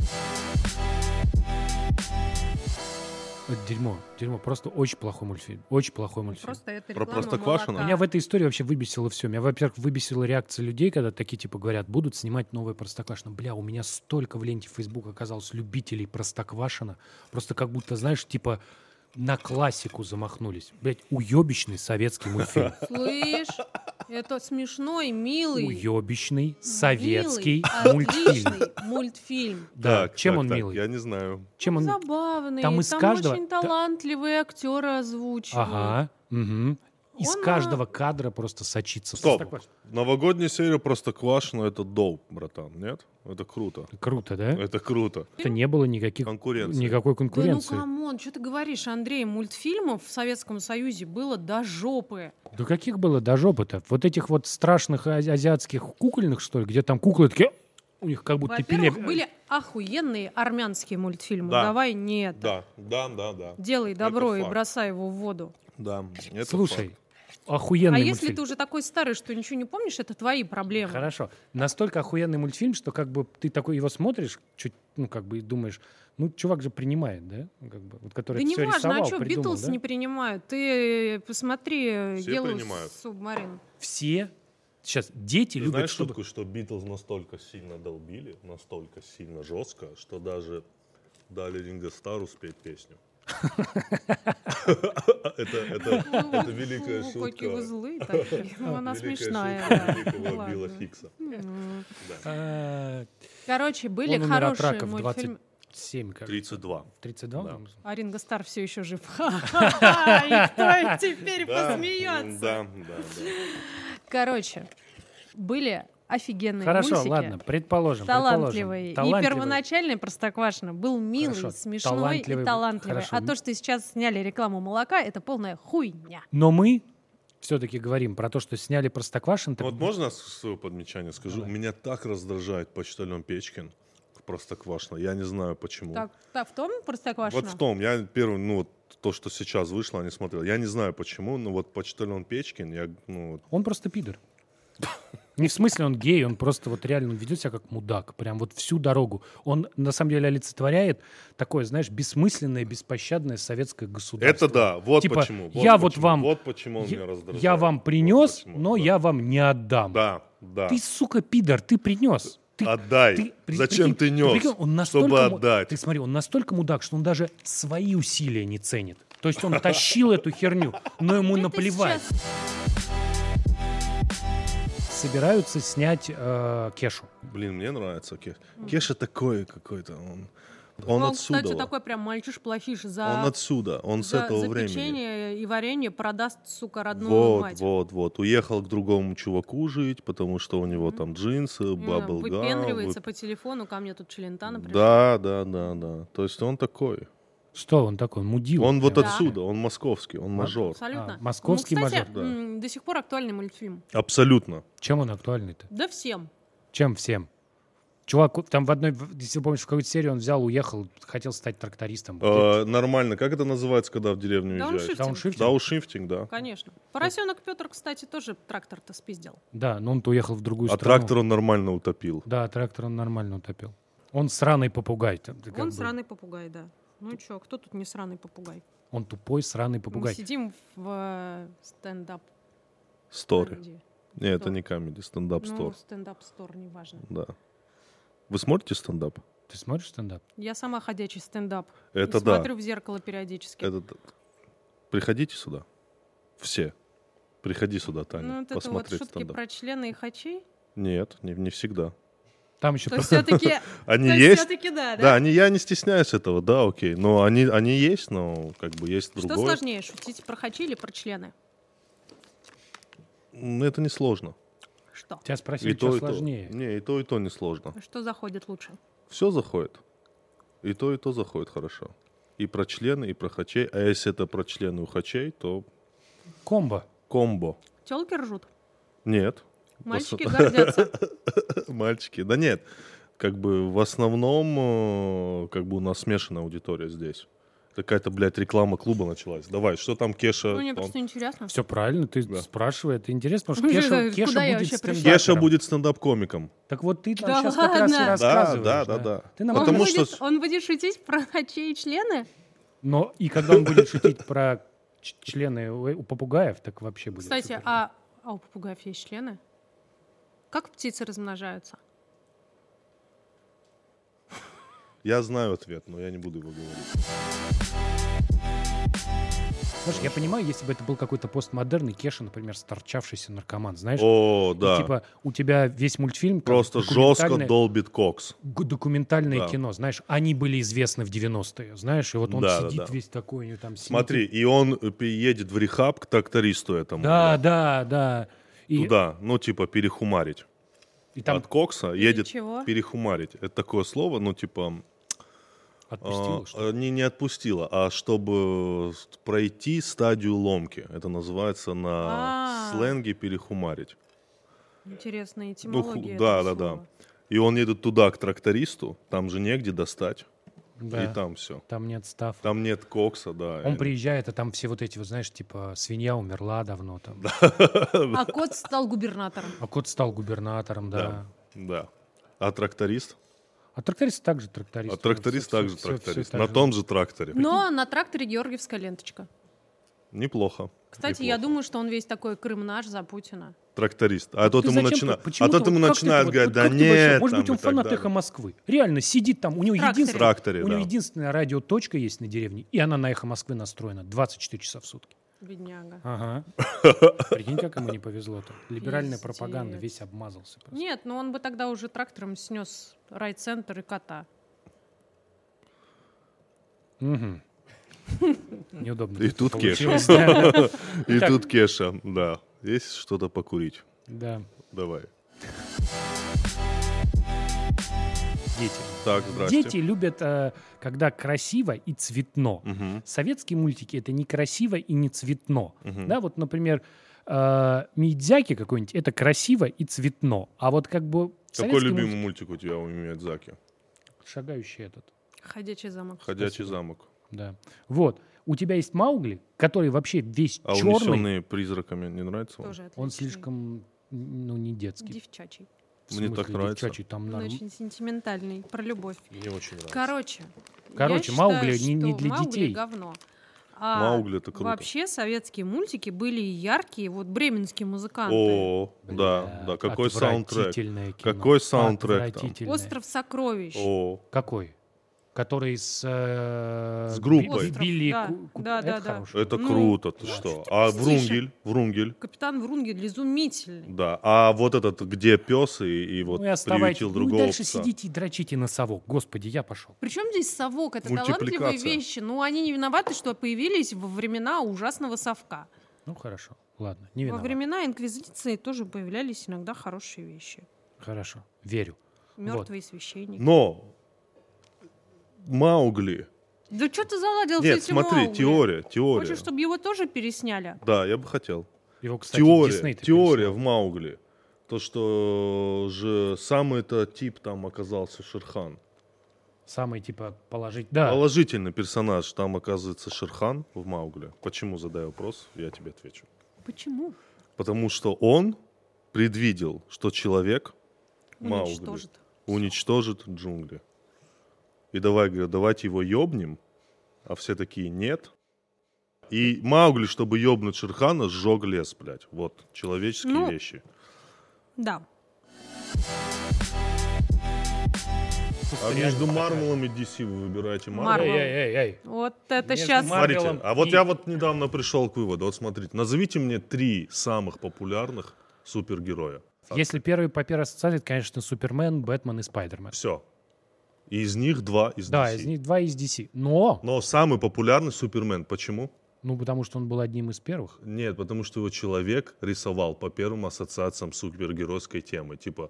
F: Это дерьмо, дерьмо. Просто очень плохой мультфильм. Очень плохой мультфильм.
D: Просто это
E: Про
D: реклама
E: Простоквашино?
D: молока.
F: Меня в этой истории вообще выбесило все. Меня, во-первых, выбесила реакция людей, когда такие типа говорят, будут снимать новое Простоквашино. Бля, у меня столько в ленте Facebook оказалось любителей Простоквашино. Просто как будто, знаешь, типа на классику замахнулись. Блять, уебищный советский
E: <laughs>
F: мультфильм.
D: Слышь, это смешной, милый.
F: Уебищный советский
D: Милый,
F: мультфильм.
D: отличный мультфильм.
F: Да,
E: Так,
F: чем
E: так,
F: он
E: так,
F: милый?
E: Я не знаю.
F: Чем он...
D: Забавный.
F: Там из каждого-
D: очень
F: та-
D: талантливые актеры озвучивают.
F: Ага. мгм. Из
D: Он, а,
F: каждого кадра просто сочится.
E: Стоп.
F: Простоквашино.
E: Новогодняя серия просто Квашина это доп, братан, нет? Это круто.
F: Круто, да?
E: Это круто.
F: Это не было никаких...
E: Конкуренция.
F: Никакой
D: Да ну
F: конкуренции.
D: камон, что ты говоришь, Андрей, мультфильмов в Советском Союзе было до жопы.
F: Да каких было до жопы-то? Вот этих вот страшных а- азиатских кукольных, что ли, где там куклы такие... У э, них как будто
D: Во-первых,
F: пиле...
D: были охуенные армянские мультфильмы.
E: Да.
D: Давай не это.
E: Да, да, да, да.
D: Делай добро и
E: факт.
D: бросай его в воду.
E: Да. это
F: Слушай,
E: факт.
F: охуенный
D: а если
F: мультфильм.
D: ты уже такой старый, что ничего не помнишь, это твои проблемы.
F: Хорошо. Настолько охуенный мультфильм, что как бы ты такой его смотришь, чуть, ну, как бы и думаешь, ну, чувак же принимает, да? Ну, Как бы, вот, который
D: Да не
F: все
D: важно,
F: рисовал,
D: а что,
F: придумал,
D: Битлз
F: да?
D: не принимают. Ты э, посмотри э,
E: Все
D: Yellow
E: принимают.
D: Submarine.
F: Все... Сейчас, дети
E: Ты
F: любят,
E: знаешь
F: чтобы...
E: шутку, что Битлз настолько сильно долбили, настолько сильно жестко, что даже дали Ринго Стару спеть песню. <laughs> Это, это,
D: Ну
E: это великая
D: Фу,
E: шутка.
D: Какие вы злые <laughs>
E: <laughs>
D: такие. Ну, Она
E: Великая
D: смешная.
E: шутка
D: да. Ну
E: великого
D: Ладно.
E: Билла Хикса.
D: М.
F: А,
D: Короче, были
F: Он умер от
D: хорошие
F: рака в
D: мультфильмы.
F: 27, как
E: 32.
F: 32?
E: Да.
F: по-моему?
D: А Ринго Стар все еще жив. <laughs> Ха-ха-ха, И кто теперь
E: Да,
D: посмеется?
E: Да, да, да.
D: Короче, были офигенные
F: Хорошо,
D: мультики.
F: ладно, предположим.
D: Талантливый.
F: предположим.
D: И
F: Талантливый.
D: первоначальный Простоквашино был милый,
F: Хорошо,
D: смешной
F: талантливый.
D: и талантливый.
F: Хорошо.
D: А то, что сейчас сняли рекламу молока, это полная хуйня.
F: Но мы все-таки говорим про то, что сняли Простоквашин. так
E: Вот можно я с- свое подмечание скажу? Меня так раздражает почтальон Печкин в Простоквашино. Я не знаю почему.
D: Так, та- в том Простоквашино?
E: Вот в том, я первый, ну вот то, что сейчас вышло, я не смотрел. Я не знаю почему, но вот почтальон Печкин, я, ну вот,
F: Он просто пидор. Не в смысле он гей, он просто вот реально он ведет себя как мудак. Прям вот всю дорогу. Он на самом деле олицетворяет такое, знаешь, бессмысленное, беспощадное советское государство.
E: Это да, вот
F: Типа,
E: почему.
F: я вот
E: почему,
F: вам-
E: Вот почему он меня
F: я,
E: раздражает.
F: я вам
E: Вот
F: принес,
E: почему,
F: но
E: да.
F: я вам не отдам.
E: Да, да.
F: Ты, сука, пидор, ты принес. ты-
E: А. Отдай.
F: ты при- прикинь,
E: Зачем ты нес?
F: прикинь, он настолько
E: чтобы
F: му-
E: отдать.
F: Ты смотри, он настолько мудак, что он даже свои усилия не ценит. То есть он тащил эту херню, но ему
D: Это
F: наплевать.
D: сейчас-
F: Собираются снять э, Кешу.
E: Блин, мне нравится Кеш. Кеша такой какой-то. Он, он
D: Ну, Он,
E: отсюда.
D: кстати, такой прям мальчиш-плохиш. За,
E: Он отсюда. Он с
D: за-
E: этого
D: за
E: времени.
D: печенье и варенье продаст, сука, родную
E: Вот,
D: мать.
E: вот, вот. Уехал к другому чуваку жить, потому что у него там джинсы,
D: Именно
E: баблгам.
D: Выпендривается по телефону, ко мне тут члентана пришла.
E: Да, да, да, да. То есть он такой.
F: Что он такой? Он мудил.
E: Он вот
F: прям.
E: отсюда, он московский, он мажор.
D: Абсолютно.
F: А, московский
D: ну, кстати,
F: мажор,
E: да.
D: м, до сих пор актуальный мультфильм.
E: Абсолютно.
F: Чем он актуальный-то?
D: Да всем.
F: Чем всем? Чувак, там в одной, в- если помнишь, в какой-то серии он взял, уехал, хотел стать трактористом.
E: Э, нормально. Как это называется, когда в деревню
D: Дауншифтинг.
E: уезжаешь?
F: Дауншифтинг?
E: Дауншифтинг, да.
D: Конечно. Поросенок Петр, кстати, тоже трактор-то спиздил.
F: Да, но он то уехал в другую
E: А
F: страну.
E: трактор он нормально утопил.
F: Да, трактор он нормально утопил. Он сраный попугай. там, ты как
D: Он
F: бы-
D: сраный попугай, да. Ну чё, кто тут не сраный попугай?
F: Он тупой сраный
D: Мы
F: попугай.
D: сидим в э, стендап
E: Стори.
D: комедии.
E: Не, это
D: Стор.
E: не камеди, стендап
D: Ну,
E: стор.
D: стендап стор, неважно.
E: Да. Вы смотрите стендап?
F: Ты смотришь стендап?
D: Я сама ходячий стендап.
E: Это
D: И
E: да.
D: смотрю в зеркало периодически.
E: Это д- Приходите сюда. Все. Приходи сюда,
D: ну,
E: Таня,
D: вот это вот
E: посмотреть
D: шутки
E: стендап.
D: про члены и
E: <laughs>
D: хачей.
E: Нет, не, не всегда.
F: Там еще...
D: То
E: <laughs>
D: все-таки...
E: Они есть?
D: все-таки да,
E: Да,
D: да?
E: они, я не стесняюсь этого, да, окей. Но они, они есть, но как бы есть
D: Что
E: другое.
D: сложнее, шутить про хачи или про члены?
E: М, Это не сложно.
D: Что?
F: <laughs> Тебя спросили,
E: и то,
F: что
E: и то.
F: сложнее.
E: Не, и то, и то не сложно.
D: Что заходит лучше?
E: Все заходит. И то, и то заходит хорошо. И про члены, и про хачей. А если это про члены у хачей, то
F: Комбо.
E: комбо.
D: Телки ржут,
E: Нет. <laughs>
D: мальчики гордятся.
E: Мальчики. Да нет. Как бы в основном, э, как бы у нас смешанная аудитория здесь. Какая-то, блядь, реклама клуба началась. Давай, что там Кеша?
D: Ну, мне
E: Он-
D: просто интересно.
F: Все правильно, ты
E: Да.
F: спрашивай, это
D: <laughs>
F: интересно, потому
D: Уже
F: что Кеша,
D: даже,
F: Кеша
D: куда я
F: будет
D: вообще пришла?
F: стендапером.
E: Кеша будет стендап-комиком.
F: Так вот ты нам
D: Да
F: сейчас как раз и
D: ладно? Да,
F: рассказываешь.
E: да, да, да.
F: Ты нам
E: Потому
D: он,
E: что-
D: будет, он будет шутить про <laughs> хачи и члены?
F: Но и когда он будет шутить про ч- члены у у попугаев, так вообще будет.
D: Кстати,
F: супер.
D: а, а у попугаев есть члены? Как птицы размножаются?
E: Я знаю ответ, но я не буду его говорить.
F: Слушай, я понимаю, если бы это был какой-то постмодерный Кеша, например, сторчавшийся наркоман, знаешь?
E: О,
F: И
E: да.
F: типа у тебя весь мультфильм... как
E: Просто жестко
F: документальное-
E: долбит кокс.
F: г- документальное
E: Да.
F: кино, знаешь, они были известны в 90-е, знаешь, и вот он
E: Да, да,
F: сидит
E: да.
F: весь такой, у него там... синяки.
E: Смотри, и он э, приедет в рехаб к трактористу этому.
F: Да, да, да. И,
E: Туда, ну, типа, перехумарить.
F: и там
E: От кокса едет
D: чего?
E: перехумарить. Это такое слово, ну, типа,
F: отпустило,
E: а,
F: что ли?
E: а, не, не отпустила, а чтобы э, с- пройти стадию ломки. Это называется на
D: А.
E: сленге перехумарить.
D: Интересная
E: Ну, ху-
D: этимология.
E: да, да,
D: этого
E: да.
D: слова.
E: И он едет туда, к трактористу, там же негде достать,
F: Да.
E: и там все.
F: Там нет став.
E: Там э, нет кокса, да.
F: Он
E: и-
F: приезжает, а там все вот эти, вот, знаешь, типа, свинья умерла давно там.
D: А кот стал губернатором.
F: А кот стал губернатором, да.
E: Да. Да. А тракторист?
F: А тракторист также тракторист.
E: А тракторист
F: Всё-
E: также
F: всё- всё-
E: тракторист.
F: всё
E: На
F: так же.
E: том же тракторе.
D: Но на тракторе Георгиевская ленточка.
E: Неплохо.
D: Кстати, я
E: неплохо.
D: думаю, что он весь такой Крым наш за Путина.
E: Тракторист. А тот
F: Ты
E: ему
F: зачем так?
E: начинает. А
F: Почему
E: тот
F: ты
E: ему
F: вот- как ты
E: начинает
F: вот-
E: говорить,
F: вот
E: да
F: как ты вообще?
E: нет.
F: Может быть,
E: там,
F: он
E: и так
F: фанат
E: далее.
F: эхо Москвы. Реально сидит там, у него
D: Тракторе.
F: единственная,
E: Тракторе,
F: у него
E: да.
F: единственная радиоточка есть на деревне, и она на эхо Москвы настроена 24 часа в сутки.
D: Бедняга.
F: Ага. <laughs> Прикинь, как ему не повезло-то. Либеральная
D: Пиздец.
F: пропаганда, весь обмазался. просто.
D: Нет, ну он бы тогда уже трактором снес райцентр и кота.
F: Мгм. Неудобно.
E: И тут
F: получилось,
E: <laughs>
F: да.
E: И тут Кеша, да. Есть что-то покурить.
F: Да.
E: Давай.
F: Дети.
E: Так, здрасте.
F: Дети любят, э, когда красиво и цветно.
E: Мгм.
F: Советские мультики это некрасиво и не цветно.
E: Мгм.
F: Да, вот, например, э, Мидзяки какой-нибудь это красиво и цветно. А вот как бы
E: Какой
F: советский
E: любимый
F: мульт-
E: мультик у тебя у Миядзаки?
F: шагающий этот.
D: Ходячий замок.
E: Ходячий замок.
F: Да. Вот. У тебя есть Маугли, который вообще весь
E: А
F: черный.
E: унесенные призраками не нравится вам?
D: Тоже отличный.
F: Он слишком, ну, не детский.
D: Девчачий.
F: В
E: Мне так
F: смысле,
E: нравится.
F: девчачий, там
D: Он
F: норм-
D: очень сентиментальный, про любовь.
G: Мне очень нравится.
D: Короче.
F: Короче,
D: я
F: Маугли
D: считаю,
F: не- не
D: что
F: для
D: Маугли
F: детей.
D: говно. А
E: Маугли-то круто.
D: Вообще советские мультики были яркие, вот бременские музыканты.
E: О, да, да, какой саундтрек.
F: Отвратительное кино.
E: Какой саундтрек там?
F: Отвратительное.
D: Остров сокровищ.
E: О,
F: Какой? Который с... э,
E: С группой.
F: Би- Билли
D: Остров,
F: Ку-
D: да,
F: Ку-
D: да,
F: это
D: да, да.
F: хороший.
E: это
D: Ну,
E: круто, ты
D: да.
E: что?
D: Чуть-чуть
E: А
D: потише.
E: Врунгель, Врунгель,
D: Капитан Врунгель изумительный.
E: да. А вот этот, где пес и, и вот
F: Ну и оставайтесь.
E: приютил
F: Ну и
E: другого
F: дальше
E: пса.
F: сидите и дрочите на совок. Господи, я пошел.
D: Причем здесь совок? Это талантливые
E: Мультипликация.
D: вещи. Ну, они не виноваты, что появились во времена ужасного совка.
F: Ну хорошо, ладно, не виноват.
D: Во времена Инквизиции тоже появлялись иногда хорошие вещи.
F: Хорошо, верю.
D: Мертвые священники.
E: Но Маугли.
D: Да что ты
F: Ну,
D: заладил
E: Нет,
D: с этим
E: смотри,
D: Маугли?
E: теория, теория.
D: Хочешь, чтобы его тоже пересняли?
E: Да, я бы хотел.
F: Его, кстати,
E: теория,
F: Дисней-то
E: теория
F: переснял.
E: в Маугли. То, что же самый-то тип там оказался Шерхан.
F: Самый, типа, положить... Да,
E: Положительный персонаж там оказывается Шерхан в Маугле. Почему задай вопрос, я тебе отвечу.
D: Почему?
E: Потому что он предвидел, что человек Маугли
D: Уничтожит.
E: уничтожит джунгли. И давай, говорю, давайте его ёбнем. А все такие, нет. И Маугли, чтобы ёбнуть Шерхана, сжег лес, блядь. Вот, человеческие
D: Ну,
E: вещи.
D: Да.
E: А между Марвелом и DC вы выбираете Марвел?
D: Марвел.
F: Эй, эй, эй, эй.
D: Вот это
F: Между
D: сейчас...
F: Мар-
E: Смотрите,
F: Марвелом
E: а вот
F: и-
E: я вот недавно пришел к выводу. Вот смотрите, назовите мне три самых популярных супергероя.
F: Если первый по первой ассоциации, это, конечно, Супермен, Бэтмен и Спайдермен.
E: Все. И из них два из
F: Да,
E: DC.
F: из них два из DC. Но,
E: Но самый популярный Супермен. Почему?
F: ну, потому что он был одним из первых.
E: Нет, потому что его человек рисовал по первым ассоциациям супергеройской темы. Типа,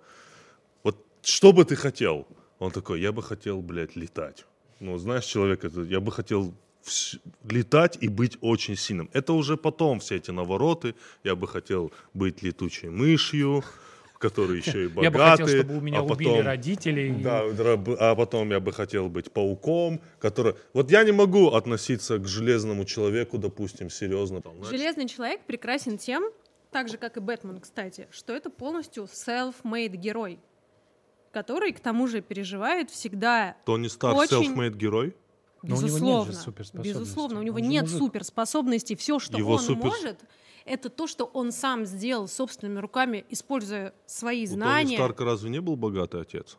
E: вот что бы ты хотел? Он такой, я бы хотел, блядь, летать. Ну, знаешь, человек, это, я бы хотел вс- летать и быть очень сильным. Это уже потом все эти навороты. Я бы хотел быть летучей мышью, который
F: <laughs>
E: еще и богатый.
F: Я бы хотел, чтобы у меня
E: а
F: убили
E: потом-
F: родителей.
E: <laughs> да, раб- а потом я бы хотел быть пауком, который... Вот я не могу относиться к железному человеку, допустим, серьезно. Там, знаешь,
D: Железный человек прекрасен тем, так же как и Бэтмен, кстати, что это полностью self-made герой, который к тому же переживает всегда.
E: Тони Старк
D: Очень-
E: self-made герой?
F: Но у него нет же
D: безусловно,
F: суперспособностей.
D: безусловно, у
F: Он
D: него
F: же
D: нет
F: мужик.
D: суперспособностей. Все, что
E: Его
D: он
E: супер-
D: может, это то, что он сам сделал собственными руками, используя свои
E: У Тони
D: знания.
E: Старка разве не был богатый
D: <laughs>
E: отец?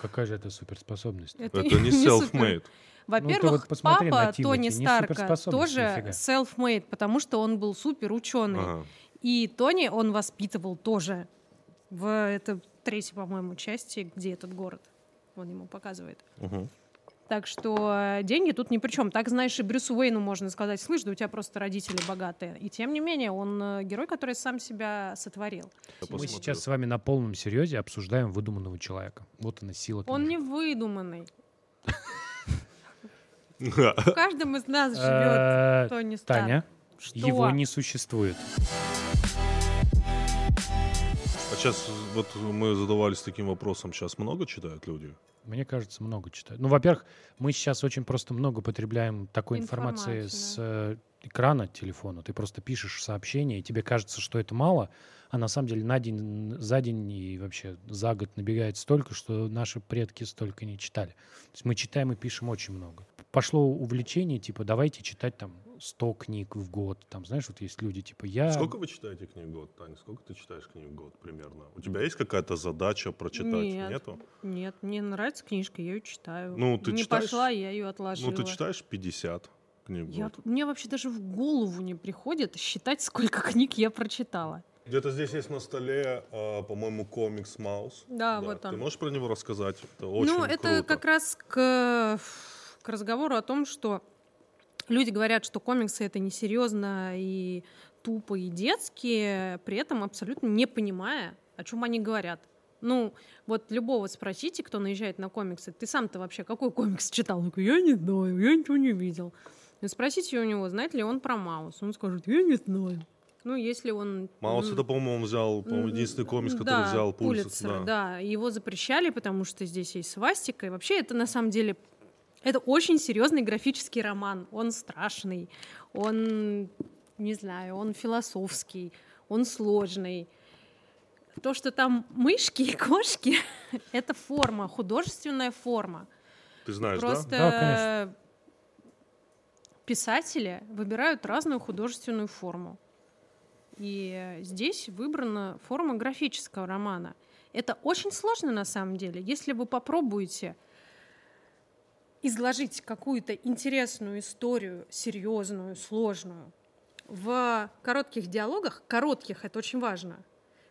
F: Какая же это суперспособность?
E: Это не
D: супер-
E: self-made.
F: Ну, ты
D: Во-первых,
F: вот посмотри на
D: папа
F: Тимати,
D: Тони
F: не
D: Старка
F: суперспособность
D: тоже
F: нифига.
D: self-made, потому что он был супер ученый.
E: Ага.
D: И Тони он воспитывал тоже в это третьей, по-моему, части, где этот город. Он ему показывает.
E: Мгм.
D: Так что э, деньги тут ни при чем. Так, знаешь, и Брюсу Уэйну можно сказать, слышь, да у тебя просто родители богатые. И тем не менее, он э, герой, который сам себя сотворил.
E: Я
F: Мы
E: посмотрю.
F: сейчас
E: <laughs>
F: с вами на полном серьезе обсуждаем выдуманного человека. Вот она сила.
D: Он не
F: книжек.
D: выдуманный.
E: А
D: В каждом из нас живет
F: Э,
D: Тони Старк.
F: Таня,
D: Что?
F: его не существует.
E: А сейчас вот мы задавались таким вопросом, сейчас много читают люди?
F: Мне кажется, много читают. Ну, во-первых, мы сейчас очень просто много потребляем такой информации
D: Информацию,
F: с э, экрана телефона. Ты просто пишешь сообщение, и тебе кажется, что это мало, а на самом деле на день, за день и вообще за год набегает столько, что наши предки столько не читали. То есть мы читаем и пишем очень много. Пошло увлечение, типа, давайте читать там 100 книг в год. Там, знаешь, вот есть люди, типа, я...
E: Сколько вы читаете книг в год, Таня? Сколько ты читаешь книг в год примерно? У тебя есть какая-то задача прочитать?
D: Нет.
E: Нету?
D: Нет, мне нравится книжка, я ее читаю.
E: Ну, ты
D: не
E: читаешь?
D: пошла, я ее отложила.
E: Ну, ты читаешь 50 книг в
D: Я,
E: год.
D: мне вообще даже в голову не приходит считать, сколько книг я прочитала.
E: Где-то здесь есть на столе, э, по-моему, комикс Маус.
D: Да, вот
E: Ты
D: он.
E: можешь про него рассказать? Это очень
D: ну, это
E: круто.
D: как раз к, к разговору о том, что люди говорят, что комиксы это несерьезно и тупо и детские, при этом абсолютно не понимая, о чем они говорят. Ну, вот любого спросите, кто наезжает на комиксы, ты сам-то вообще какой комикс читал? Он такой, я не знаю, я ничего не видел. Ну, спросите у него, знает ли он про Маус. Он скажет, я не знаю. Ну, если он...
E: Маус
D: м,
E: это, по-моему, он взял, по-моему,
D: М,
E: единственный комикс, который
D: да,
E: взял Пулицер.
D: да. его запрещали, потому что здесь есть свастика. И вообще это на самом деле это очень серьезный графический роман. Он страшный, он, не знаю, он философский, он сложный. То, что там мышки и кошки, <laughs> это форма, художественная форма.
E: Ты знаешь, да?
D: Просто
F: Да, конечно.
D: писатели выбирают разную художественную форму. И здесь выбрана форма графического романа. Это очень сложно на самом деле. Если вы попробуете изложить какую-то интересную историю, серьезную, сложную, в коротких диалогах, коротких, это очень важно,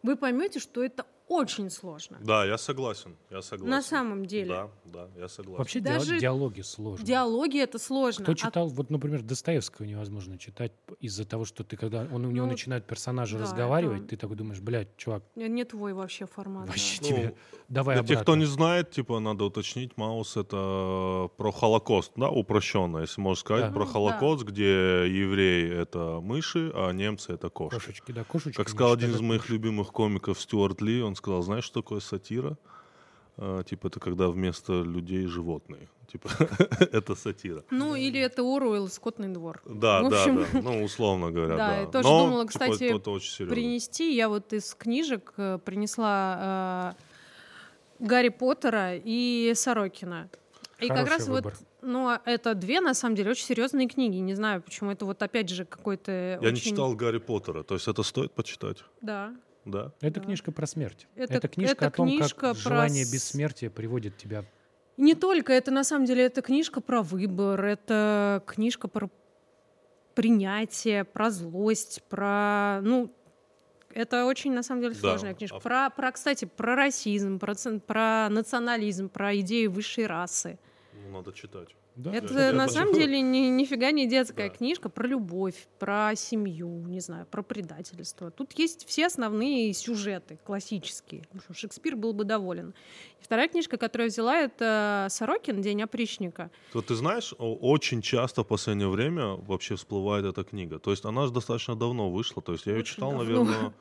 D: вы поймете, что это очень сложно.
E: Да, я согласен, я согласен.
D: На самом деле.
E: Да, да, я согласен.
F: Вообще диа-
D: Даже
F: диалоги сложно.
D: Диалоги это сложно.
F: Кто
D: А
F: читал, вот, например, Достоевского невозможно читать из-за того, что ты, когда он, у него
D: Ну,
F: начинают персонажи
D: да,
F: разговаривать,
D: это-
F: ты такой думаешь, блядь, чувак,
D: Не, Э, не твой вообще формат. да.
F: вообще
E: Ну,
F: тебе, давай
E: Для
F: обратно.
E: тех, кто не знает, типа, надо уточнить, Маус — это про Холокост, да, упрощенно, если можно сказать,
F: Да.
E: про
D: Ну, да.
E: Холокост, где евреи — это мыши, а немцы — это кошки.
F: Кошечки, да, кошечки.
E: Как
F: они
E: сказал один из
F: считают.
E: моих любимых комиков Стюарт Ли, он сказал, знаешь, что такое сатира? А, типа, это когда вместо людей животные. Типа, <laughs> это сатира.
D: Ну, или это Оруэлл «Скотный двор».
E: Да,
D: В
E: да,
D: общем,
E: да. Ну, условно говоря,
D: да,
E: да.
D: я тоже
E: Но,
D: думала,
E: типа,
D: кстати,
E: это очень серьезно.
D: Принести, я вот из книжек э, принесла э, Гарри Поттера и Сорокина. И как
F: Хороший
D: раз
F: выбор.
D: вот, ну, а это две, на самом деле, очень серьезные книги. Не знаю, почему это вот опять же какой-то
E: Я не
D: очень-
E: читал Гарри Поттера, то есть это стоит почитать,
D: Да.
E: да?
F: Это
D: Да.
F: книжка про смерть. Это,
D: Это-
F: книжка
D: это
F: о том,
D: книжка
F: как
D: про
F: желание
D: с-
F: бессмертия приводит тебя.
D: И не только, это на самом деле, это книжка про выбор, это книжка про принятие, про злость, про, ну, это очень, на самом деле,
E: Да.
D: сложная книжка.
E: А-
D: Про, про, кстати, про расизм, про, цен- про национализм, про идеи высшей расы.
E: Ну, надо читать.
F: Да,
D: Это,
E: я
D: на
E: почему-
D: самом деле, ни, нифига не детская
E: Да.
D: книжка про любовь, про семью, не знаю, про предательство. Тут есть все основные сюжеты классические. Потому что Шекспир был бы доволен. И вторая книжка, которую я взяла, это «Сорокин. День опричника».
E: Вот ты знаешь, о- очень часто в последнее время вообще всплывает эта книга. То есть она же достаточно давно вышла. То есть я ее
D: Очень
E: читал,
D: давно.
E: наверное,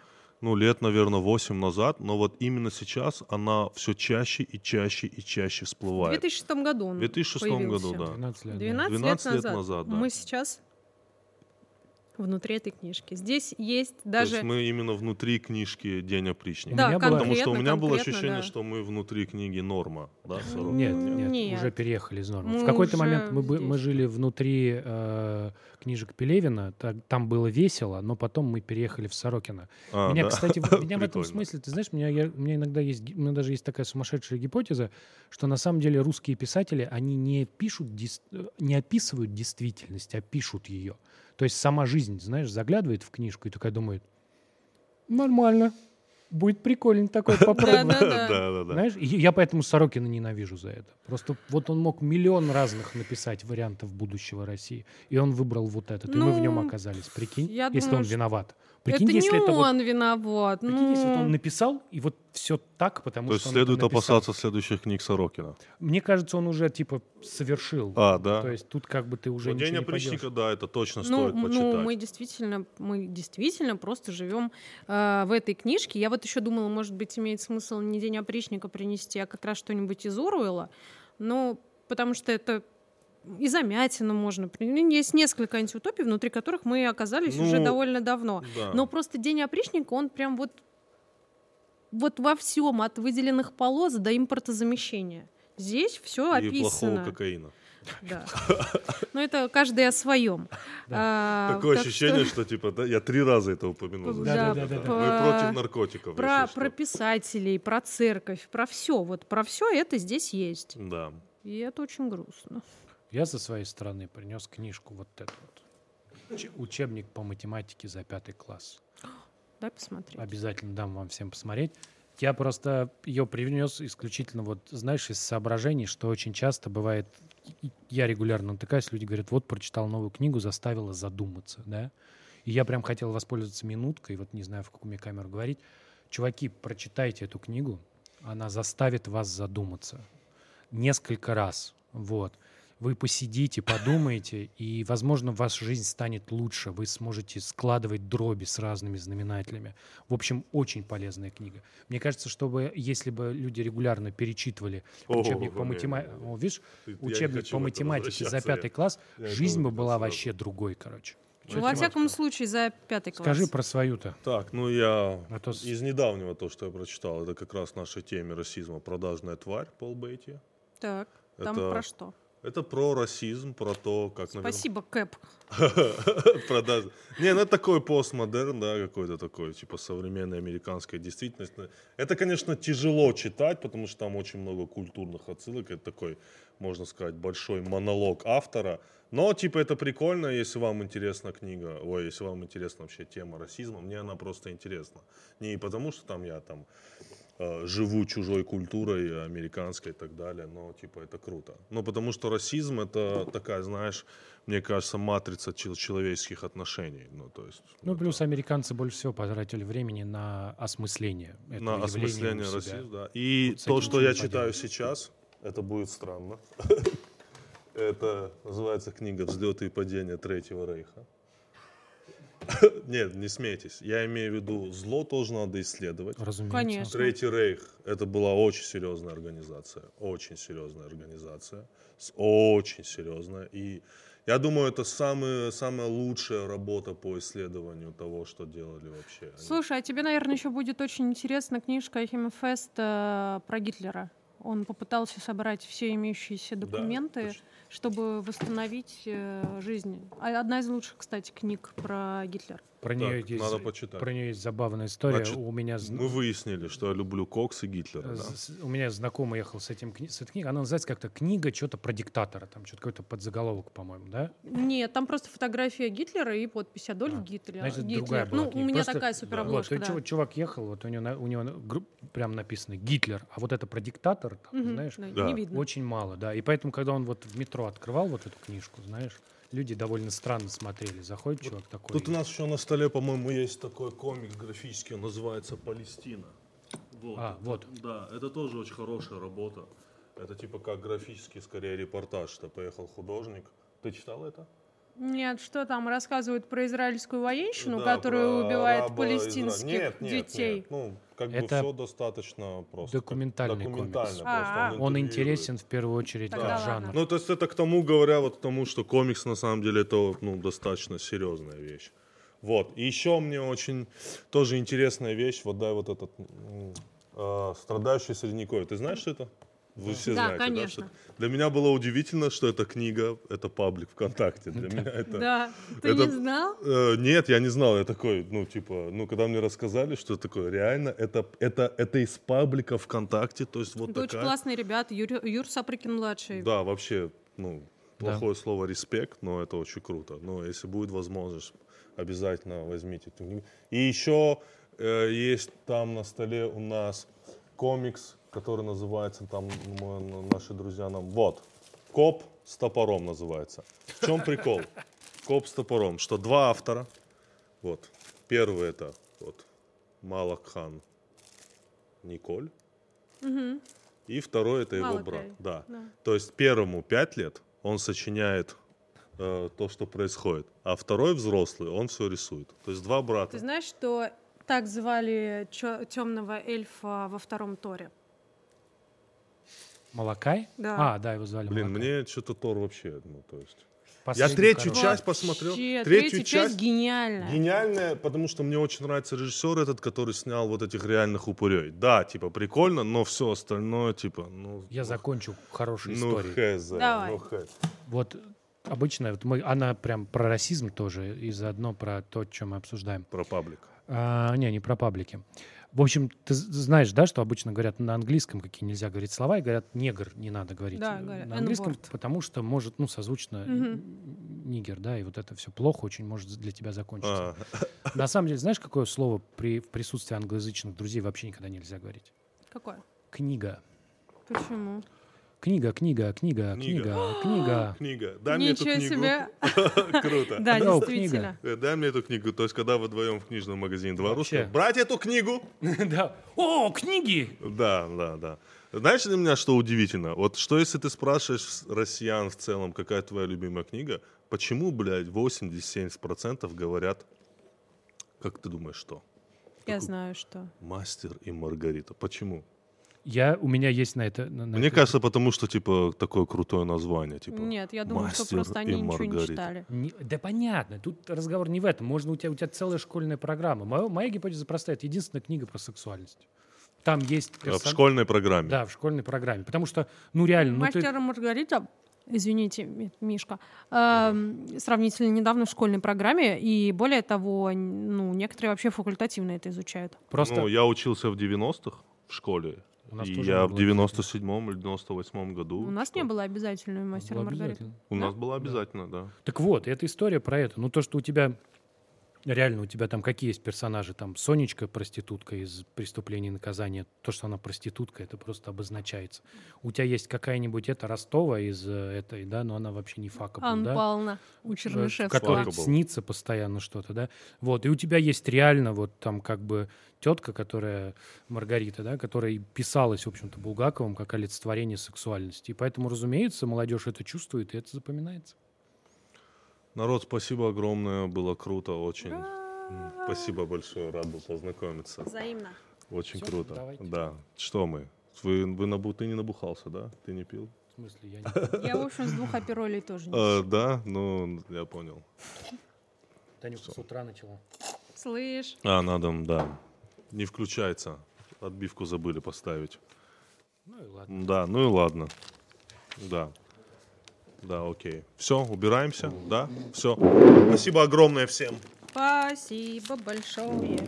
E: ну, лет, наверное, 8 назад. Но вот именно сейчас она все чаще и чаще и чаще
D: В
E: всплывает.
D: 2006 году он
E: В 2006
D: появился.
E: году, да.
F: 12 лет. да.
D: 12,
E: 12
D: лет
E: лет
D: назад.
E: назад, да.
D: Мы сейчас внутри этой книжки. Здесь есть
E: То есть
D: даже...
E: мы именно внутри книжки «День опричника».
D: Да,
F: У меня было-
E: Потому что у
D: конкретно,
E: меня было
D: конкретно,
E: ощущение,
D: да.
E: что мы внутри книги «Норма». Да, Сорокина?
F: Нет, нет,
D: Нет.
F: уже переехали из нормы.
D: Мы
F: в какой-то
D: уже
F: момент мы, бы- мы
D: здесь.
F: жили внутри э, книжек Пелевина, та- там было весело, но потом мы переехали в Сорокина.
E: А,
F: меня,
E: да. <laughs>
D: <laughs>
F: кстати, в- меня в этом
E: Прикольно.
F: смысле, ты знаешь, меня, я- у меня иногда есть, ги- у меня даже есть такая сумасшедшая гипотеза, что на самом деле русские писатели, они не пишут, дес- э, не описывают действительность, а пишут ее. То есть сама жизнь, знаешь, заглядывает в книжку и такая думает, нормально, будет
D: <laughs>
F: прикольно такое попробовать.
D: Да-да-да.
F: <laughs>
E: Да-да-да.
F: Знаешь, и я поэтому Сорокина ненавижу за это. Просто вот он мог миллион разных написать вариантов будущего России, и он выбрал вот этот, и мы в нем
D: Ну,
F: оказались. Прикинь,
D: я
F: если
D: думаю,
F: он
D: что-
F: виноват. Прикинь,
D: это
F: если
D: не
F: это вот-
D: он виноват.
F: прикинь,
D: ну...
F: если вот он написал, и вот все так, потому
E: То
F: что
E: есть
F: он
E: следует
F: это написал.
E: опасаться следующих книг Сорокина.
F: Мне кажется, он уже, типа, совершил.
E: А, да.
F: То есть тут как бы ты уже
E: Ну, «День
F: ничего не
E: опричника»,
F: поделаешь.
E: да, это точно
D: Ну,
E: стоит
D: м-
E: почитать.
D: ну, мы действительно, мы действительно просто живем э, в этой книжке. Я вот еще думала, может быть, имеет смысл не день опричника принести, а как раз что-нибудь из Оруэлла. Но потому что это и замятина можно. при- ну, Есть несколько антиутопий, внутри которых мы оказались уже
E: Ну,
D: довольно давно.
E: Да.
D: Но просто день опричника, он прям вот вот во всем, от выделенных полос до импортозамещения. Здесь все
E: и плохого
D: описано.
E: кокаина.
D: Да. Но это каждый о своем. А,
E: Такое ощущение, что... типа, да, я три раза это упомянул. за
F: Да,
E: сегодня,
F: да, да,
E: да.
F: да.
E: Мы
D: Про-
E: против наркотиков.
D: Про,
E: если
D: про
E: что.
D: писателей, про церковь, про все. Вот про все это здесь есть.
E: Да.
D: И это очень грустно.
F: Я со своей стороны принес книжку вот эту вот. Уч- Учебник по математике за пятый класс.
D: Дай посмотреть.
F: Обязательно дам вам всем посмотреть. Я просто ее привнес исключительно, вот, знаешь, из соображений, что очень часто бывает, и- я регулярно натыкаюсь, люди говорят, вот, прочитал новую книгу, заставила задуматься, да? И я прям хотел воспользоваться минуткой, вот не знаю, в какую мне камеру говорить. Чуваки, прочитайте эту книгу, она заставит вас задуматься. Несколько раз, вот. Вы посидите, подумаете, и, возможно, ваша жизнь станет лучше. Вы сможете складывать дроби с разными знаменателями. В общем, очень полезная книга. Мне кажется, чтобы если бы люди регулярно перечитывали
E: О,
F: учебник по
E: не, не,
F: математике,
E: не, не.
F: видишь,
E: Ты- я не
F: учебник
E: хочу
F: по
E: в это
F: математике за
E: возвращаться,
F: пятый
E: я-
F: класс,
E: я это
F: жизнь бы
E: увидел
F: была
E: сразу.
F: вообще другой, короче.
D: Ну, во всяком случае, за пятый класс.
F: Скажи про свою-то.
E: Так, ну я
F: А то с-
E: из недавнего то, что я прочитал, это как раз нашей теме расизма «Продажная тварь» Пол Бейти.
D: Так, там
E: это-
D: про что?
E: Это про расизм, про то, как... наверно, <laughs>
D: Спасибо, Кэп.
E: Продажи. Не, ну это такой постмодерн, да, какой-то такой, типа современная американская действительность. Но Это, конечно, тяжело читать, потому что там очень много культурных отсылок. Это такой, можно сказать, большой монолог автора. Но, типа, это прикольно, если вам интересна книга, ой, если вам интересна вообще тема расизма. Мне она просто интересна. Не потому, что там я там э, живу чужой культурой, э, американской и так далее, но типа это круто. Ну, потому что расизм это такая, знаешь, мне кажется, матрица чел- человеческих отношений. Ну, то есть
F: Ну,
E: это
F: плюс американцы больше всего потратили времени на осмысление. этого явления
E: на
F: у
E: осмысление
F: себя.
E: расизма, да. И
F: Вот с
E: то,
F: этим
E: что
F: ничего
E: я
F: не
E: читаю
F: поделаешь.
E: сейчас, это будет странно. <laughs> Это называется книга «Взлеты и падения Третьего Рейха». <laughs> Нет, не смейтесь. Я имею в виду, зло тоже надо исследовать.
F: Разумеется.
D: Конечно.
E: Третий Рейх – это была очень серьезная организация, очень серьезная организация, с- очень серьезная. И я думаю, это самые, самая лучшая работа по исследованию того, что делали вообще. они.
D: Слушай, а тебе, наверное, еще будет очень интересна книжка Химфест про Гитлера. Он попытался собрать все имеющиеся
E: Да,
D: документы,
E: точно.
D: чтобы восстановить э, жизнь. А- Одна из лучших, кстати, книг про Гитлера.
F: Про нее,
E: Так,
F: есть,
E: надо почитать.
F: про нее есть забавная история.
E: Значит,
F: у, меня, зн-
E: Мы выяснили, что я люблю Кокс и Гитлера.
F: э,
E: да?
F: з- у меня знакомый ехал с, этим, кни- с этой книгой. Она называется как-то «Книга что-то про диктатора». Там что-то какой-то подзаголовок, по-моему, да?
D: Нет, там просто фотография Гитлера и подпись Адольф
F: А,
D: Гитлер.
F: значит,
D: Гитлер.
F: другая была
D: ну, у
F: книга.
D: меня
F: Просто-
D: такая
F: Вот,
D: суперобложка,
F: и
D: да.
F: чувак, чувак ехал, вот у него, на- у него на гру- прям написано «Гитлер», а вот это про диктатор, там,
D: Мгм,
F: знаешь,
D: да,
E: Да.
D: Не видно.
F: Очень мало, да. И поэтому, когда он вот в метро открывал вот эту книжку, знаешь, люди довольно странно смотрели. Заходит чувак такой.
E: Тут у нас еще на столе, по-моему, есть такой комикс графический, он называется «Палестина». Вот.
F: А, вот.
E: Да, это тоже очень хорошая работа. Это типа как графический, скорее, репортаж, что поехал художник. Ты читал это?
D: Нет, что там рассказывают про израильскую военщину,
E: Да,
D: которую
E: про
D: убивает
E: раба
D: палестинских
E: Изра- Нет, нет,
D: детей.
E: нет. Ну, как бы
F: Это
E: все достаточно просто.
F: документальный
E: Документально
F: комикс.
E: просто.
D: А, а.
F: Он
E: интервьюирует.
F: интересен в первую очередь
D: Тогда
F: как
D: ладно.
F: жанр.
E: Ну, то есть это к тому, говоря, вот к тому, что комикс на самом деле это ну, достаточно серьезная вещь. Вот. И еще мне очень тоже интересная вещь, вот да, вот этот м, э, страдающий средневековье. Ты знаешь, что это? Вы все
C: Да,
E: знаете,
C: конечно.
E: что это? Для меня было удивительно, что эта книга, это паблик ВКонтакте. Для меня это...
D: Да, ты
E: Это-
D: не знал?
E: Э, нет, я не знал. Я такой, ну, типа, ну, когда мне рассказали, что такое, реально, это, это, это из паблика ВКонтакте, то есть вот
D: Это очень
E: такая...
D: классные ребята, Юр, Юр Сапрыкин-младший.
E: Да, вообще, ну,
F: Да.
E: плохое слово респект, но это очень круто. Но если будет возможность, обязательно возьмите. эту книгу. И еще э, есть там на столе у нас комикс, который называется там мы- ну, наши друзья нам. Вот. Коп с топором называется. В чем прикол? Коп с топором, что два автора. Вот. Первый это вот Малакхан Николь. И второй это его
D: Малакай.
E: брат. Да.
D: Да.
E: То есть первому пять лет он сочиняет э, то, что происходит, а второй взрослый он все рисует. То есть два брата.
D: Ты знаешь, что так звали темного эльфа во втором Торе?
F: Молокай?
D: Да.
F: А, да, его звали
E: Блин,
F: Молокай.
E: мне что-то Тор вообще, ну то есть.
F: Последний,
E: я третью
F: короче.
E: часть посмотрел.
D: Вообще,
E: Третью,
D: третья часть
E: часть
D: гениальная.
E: гениальная, потому что мне очень нравится режиссер этот, который снял вот этих реальных упырей. Да, типа прикольно, но все остальное типа, ну.
F: Я
E: ну,
F: закончу хорошей
E: Ну
F: историей.
E: хз,
D: Давай.
E: ну хз.
F: Вот обычно вот мы, она прям про расизм тоже и заодно про то, чем мы обсуждаем.
E: Про паблик.
F: А, не, не про паблики. В общем, ты з- знаешь, да, что обычно говорят на английском, какие нельзя говорить слова, и говорят негр не надо говорить
D: Да,
F: э,
D: говорят,
F: на английском,
D: N-word.
F: потому что может, ну, созвучно нигер, да, и вот это все плохо очень может для тебя закончиться.
E: А,
F: На самом деле, знаешь, какое слово при, в присутствии англоязычных друзей вообще никогда нельзя говорить?
D: Какое?
F: Книга.
D: Почему?
F: Книга, книга, книга, книга,
E: Книга. <gasps>
F: книга.
E: книга. Дай
D: Ничего
E: мне эту книгу.
D: себе.
E: <laughs> Круто.
D: Да,
F: Да, у
D: действительно.
E: Э, Дай мне эту книгу. То есть, когда вы вдвоем в книжном магазине два
F: Вообще.
E: русских, брать эту книгу.
F: Да. О, книги!
E: Да, да, да. Знаешь для меня, что удивительно? Вот что если ты спрашиваешь с- россиян в целом, какая твоя любимая книга, почему, блядь, 80-70% говорят, как ты думаешь, что?
D: Я знаю, что.
E: Мастер и Маргарита. Почему?
F: Я, у меня есть на это...
D: Ну,
F: на- на
E: Мне
F: это-
E: кажется, потому что, типа, такое крутое название. Типа,
D: Нет, я думаю, что
E: «Мастер
D: просто
E: и
D: они ничего не
E: Маргарита».
D: читали.
F: Не- да понятно, тут разговор не в этом. Можно у тебя, у тебя целая школьная программа. Моя, моя гипотеза простая. Это единственная книга про сексуальность. Там есть...
E: А В
F: персон-
E: школьной программе.
F: Да, в школьной программе. Потому что, ну реально, ну ты...
D: Мастер и Маргарита извините, Ми- Мишка, эм, сравнительно недавно в школьной программе, и более того, н- ну, некоторые вообще факультативно это изучают.
F: Просто
E: Ну, я учился в 90-х в школе.
F: У нас
E: И
F: тоже
E: я
F: не
E: в
F: было
E: 97-м или 98-м году.
D: У нас не
E: что-
D: было обязательного мастера
F: было
D: и Маргариты.
F: обязательно.
E: У нас было обязательно, да.
F: Так вот, эта история про это. Ну, то, что у тебя... Реально, у тебя там какие есть персонажи? Там Сонечка, проститутка из «Преступления и наказания». То, что она проститутка, это просто обозначается. У тебя есть какая-нибудь это Ростова из э, этой, да, но она вообще не факапа,
D: Анна
F: да?
D: Павловна у
F: э,
D: Чернышевского.
F: которой
E: Факапл.
F: снится постоянно что-то, да? Вот, и у тебя есть реально вот там как бы тетка, которая, Маргарита, да, которая и писалась, в общем-то, Булгаковым как олицетворение сексуальности. И поэтому, разумеется, молодежь это чувствует, и это запоминается.
E: Народ, спасибо огромное, было круто очень. М, Спасибо большое, рад был познакомиться.
D: Взаимно.
E: Очень
F: Всё,
E: круто.
F: давайте.
E: Да. Что мы? Вы, вы набу- ты не набухался, да? Ты не пил?
F: В смысле, я не...
D: Я, в общем, с двух оперолей тоже не
E: Э, да, ну, я понял.
F: Танюха с утра начала.
D: Слышь,
E: А, на дом, да. Не включается. Отбивку забыли поставить.
F: Ну и ладно.
E: Да, ну и ладно. Да. Да, окей. Все, убираемся, да? Все. Спасибо огромное всем.
D: спасибо большое.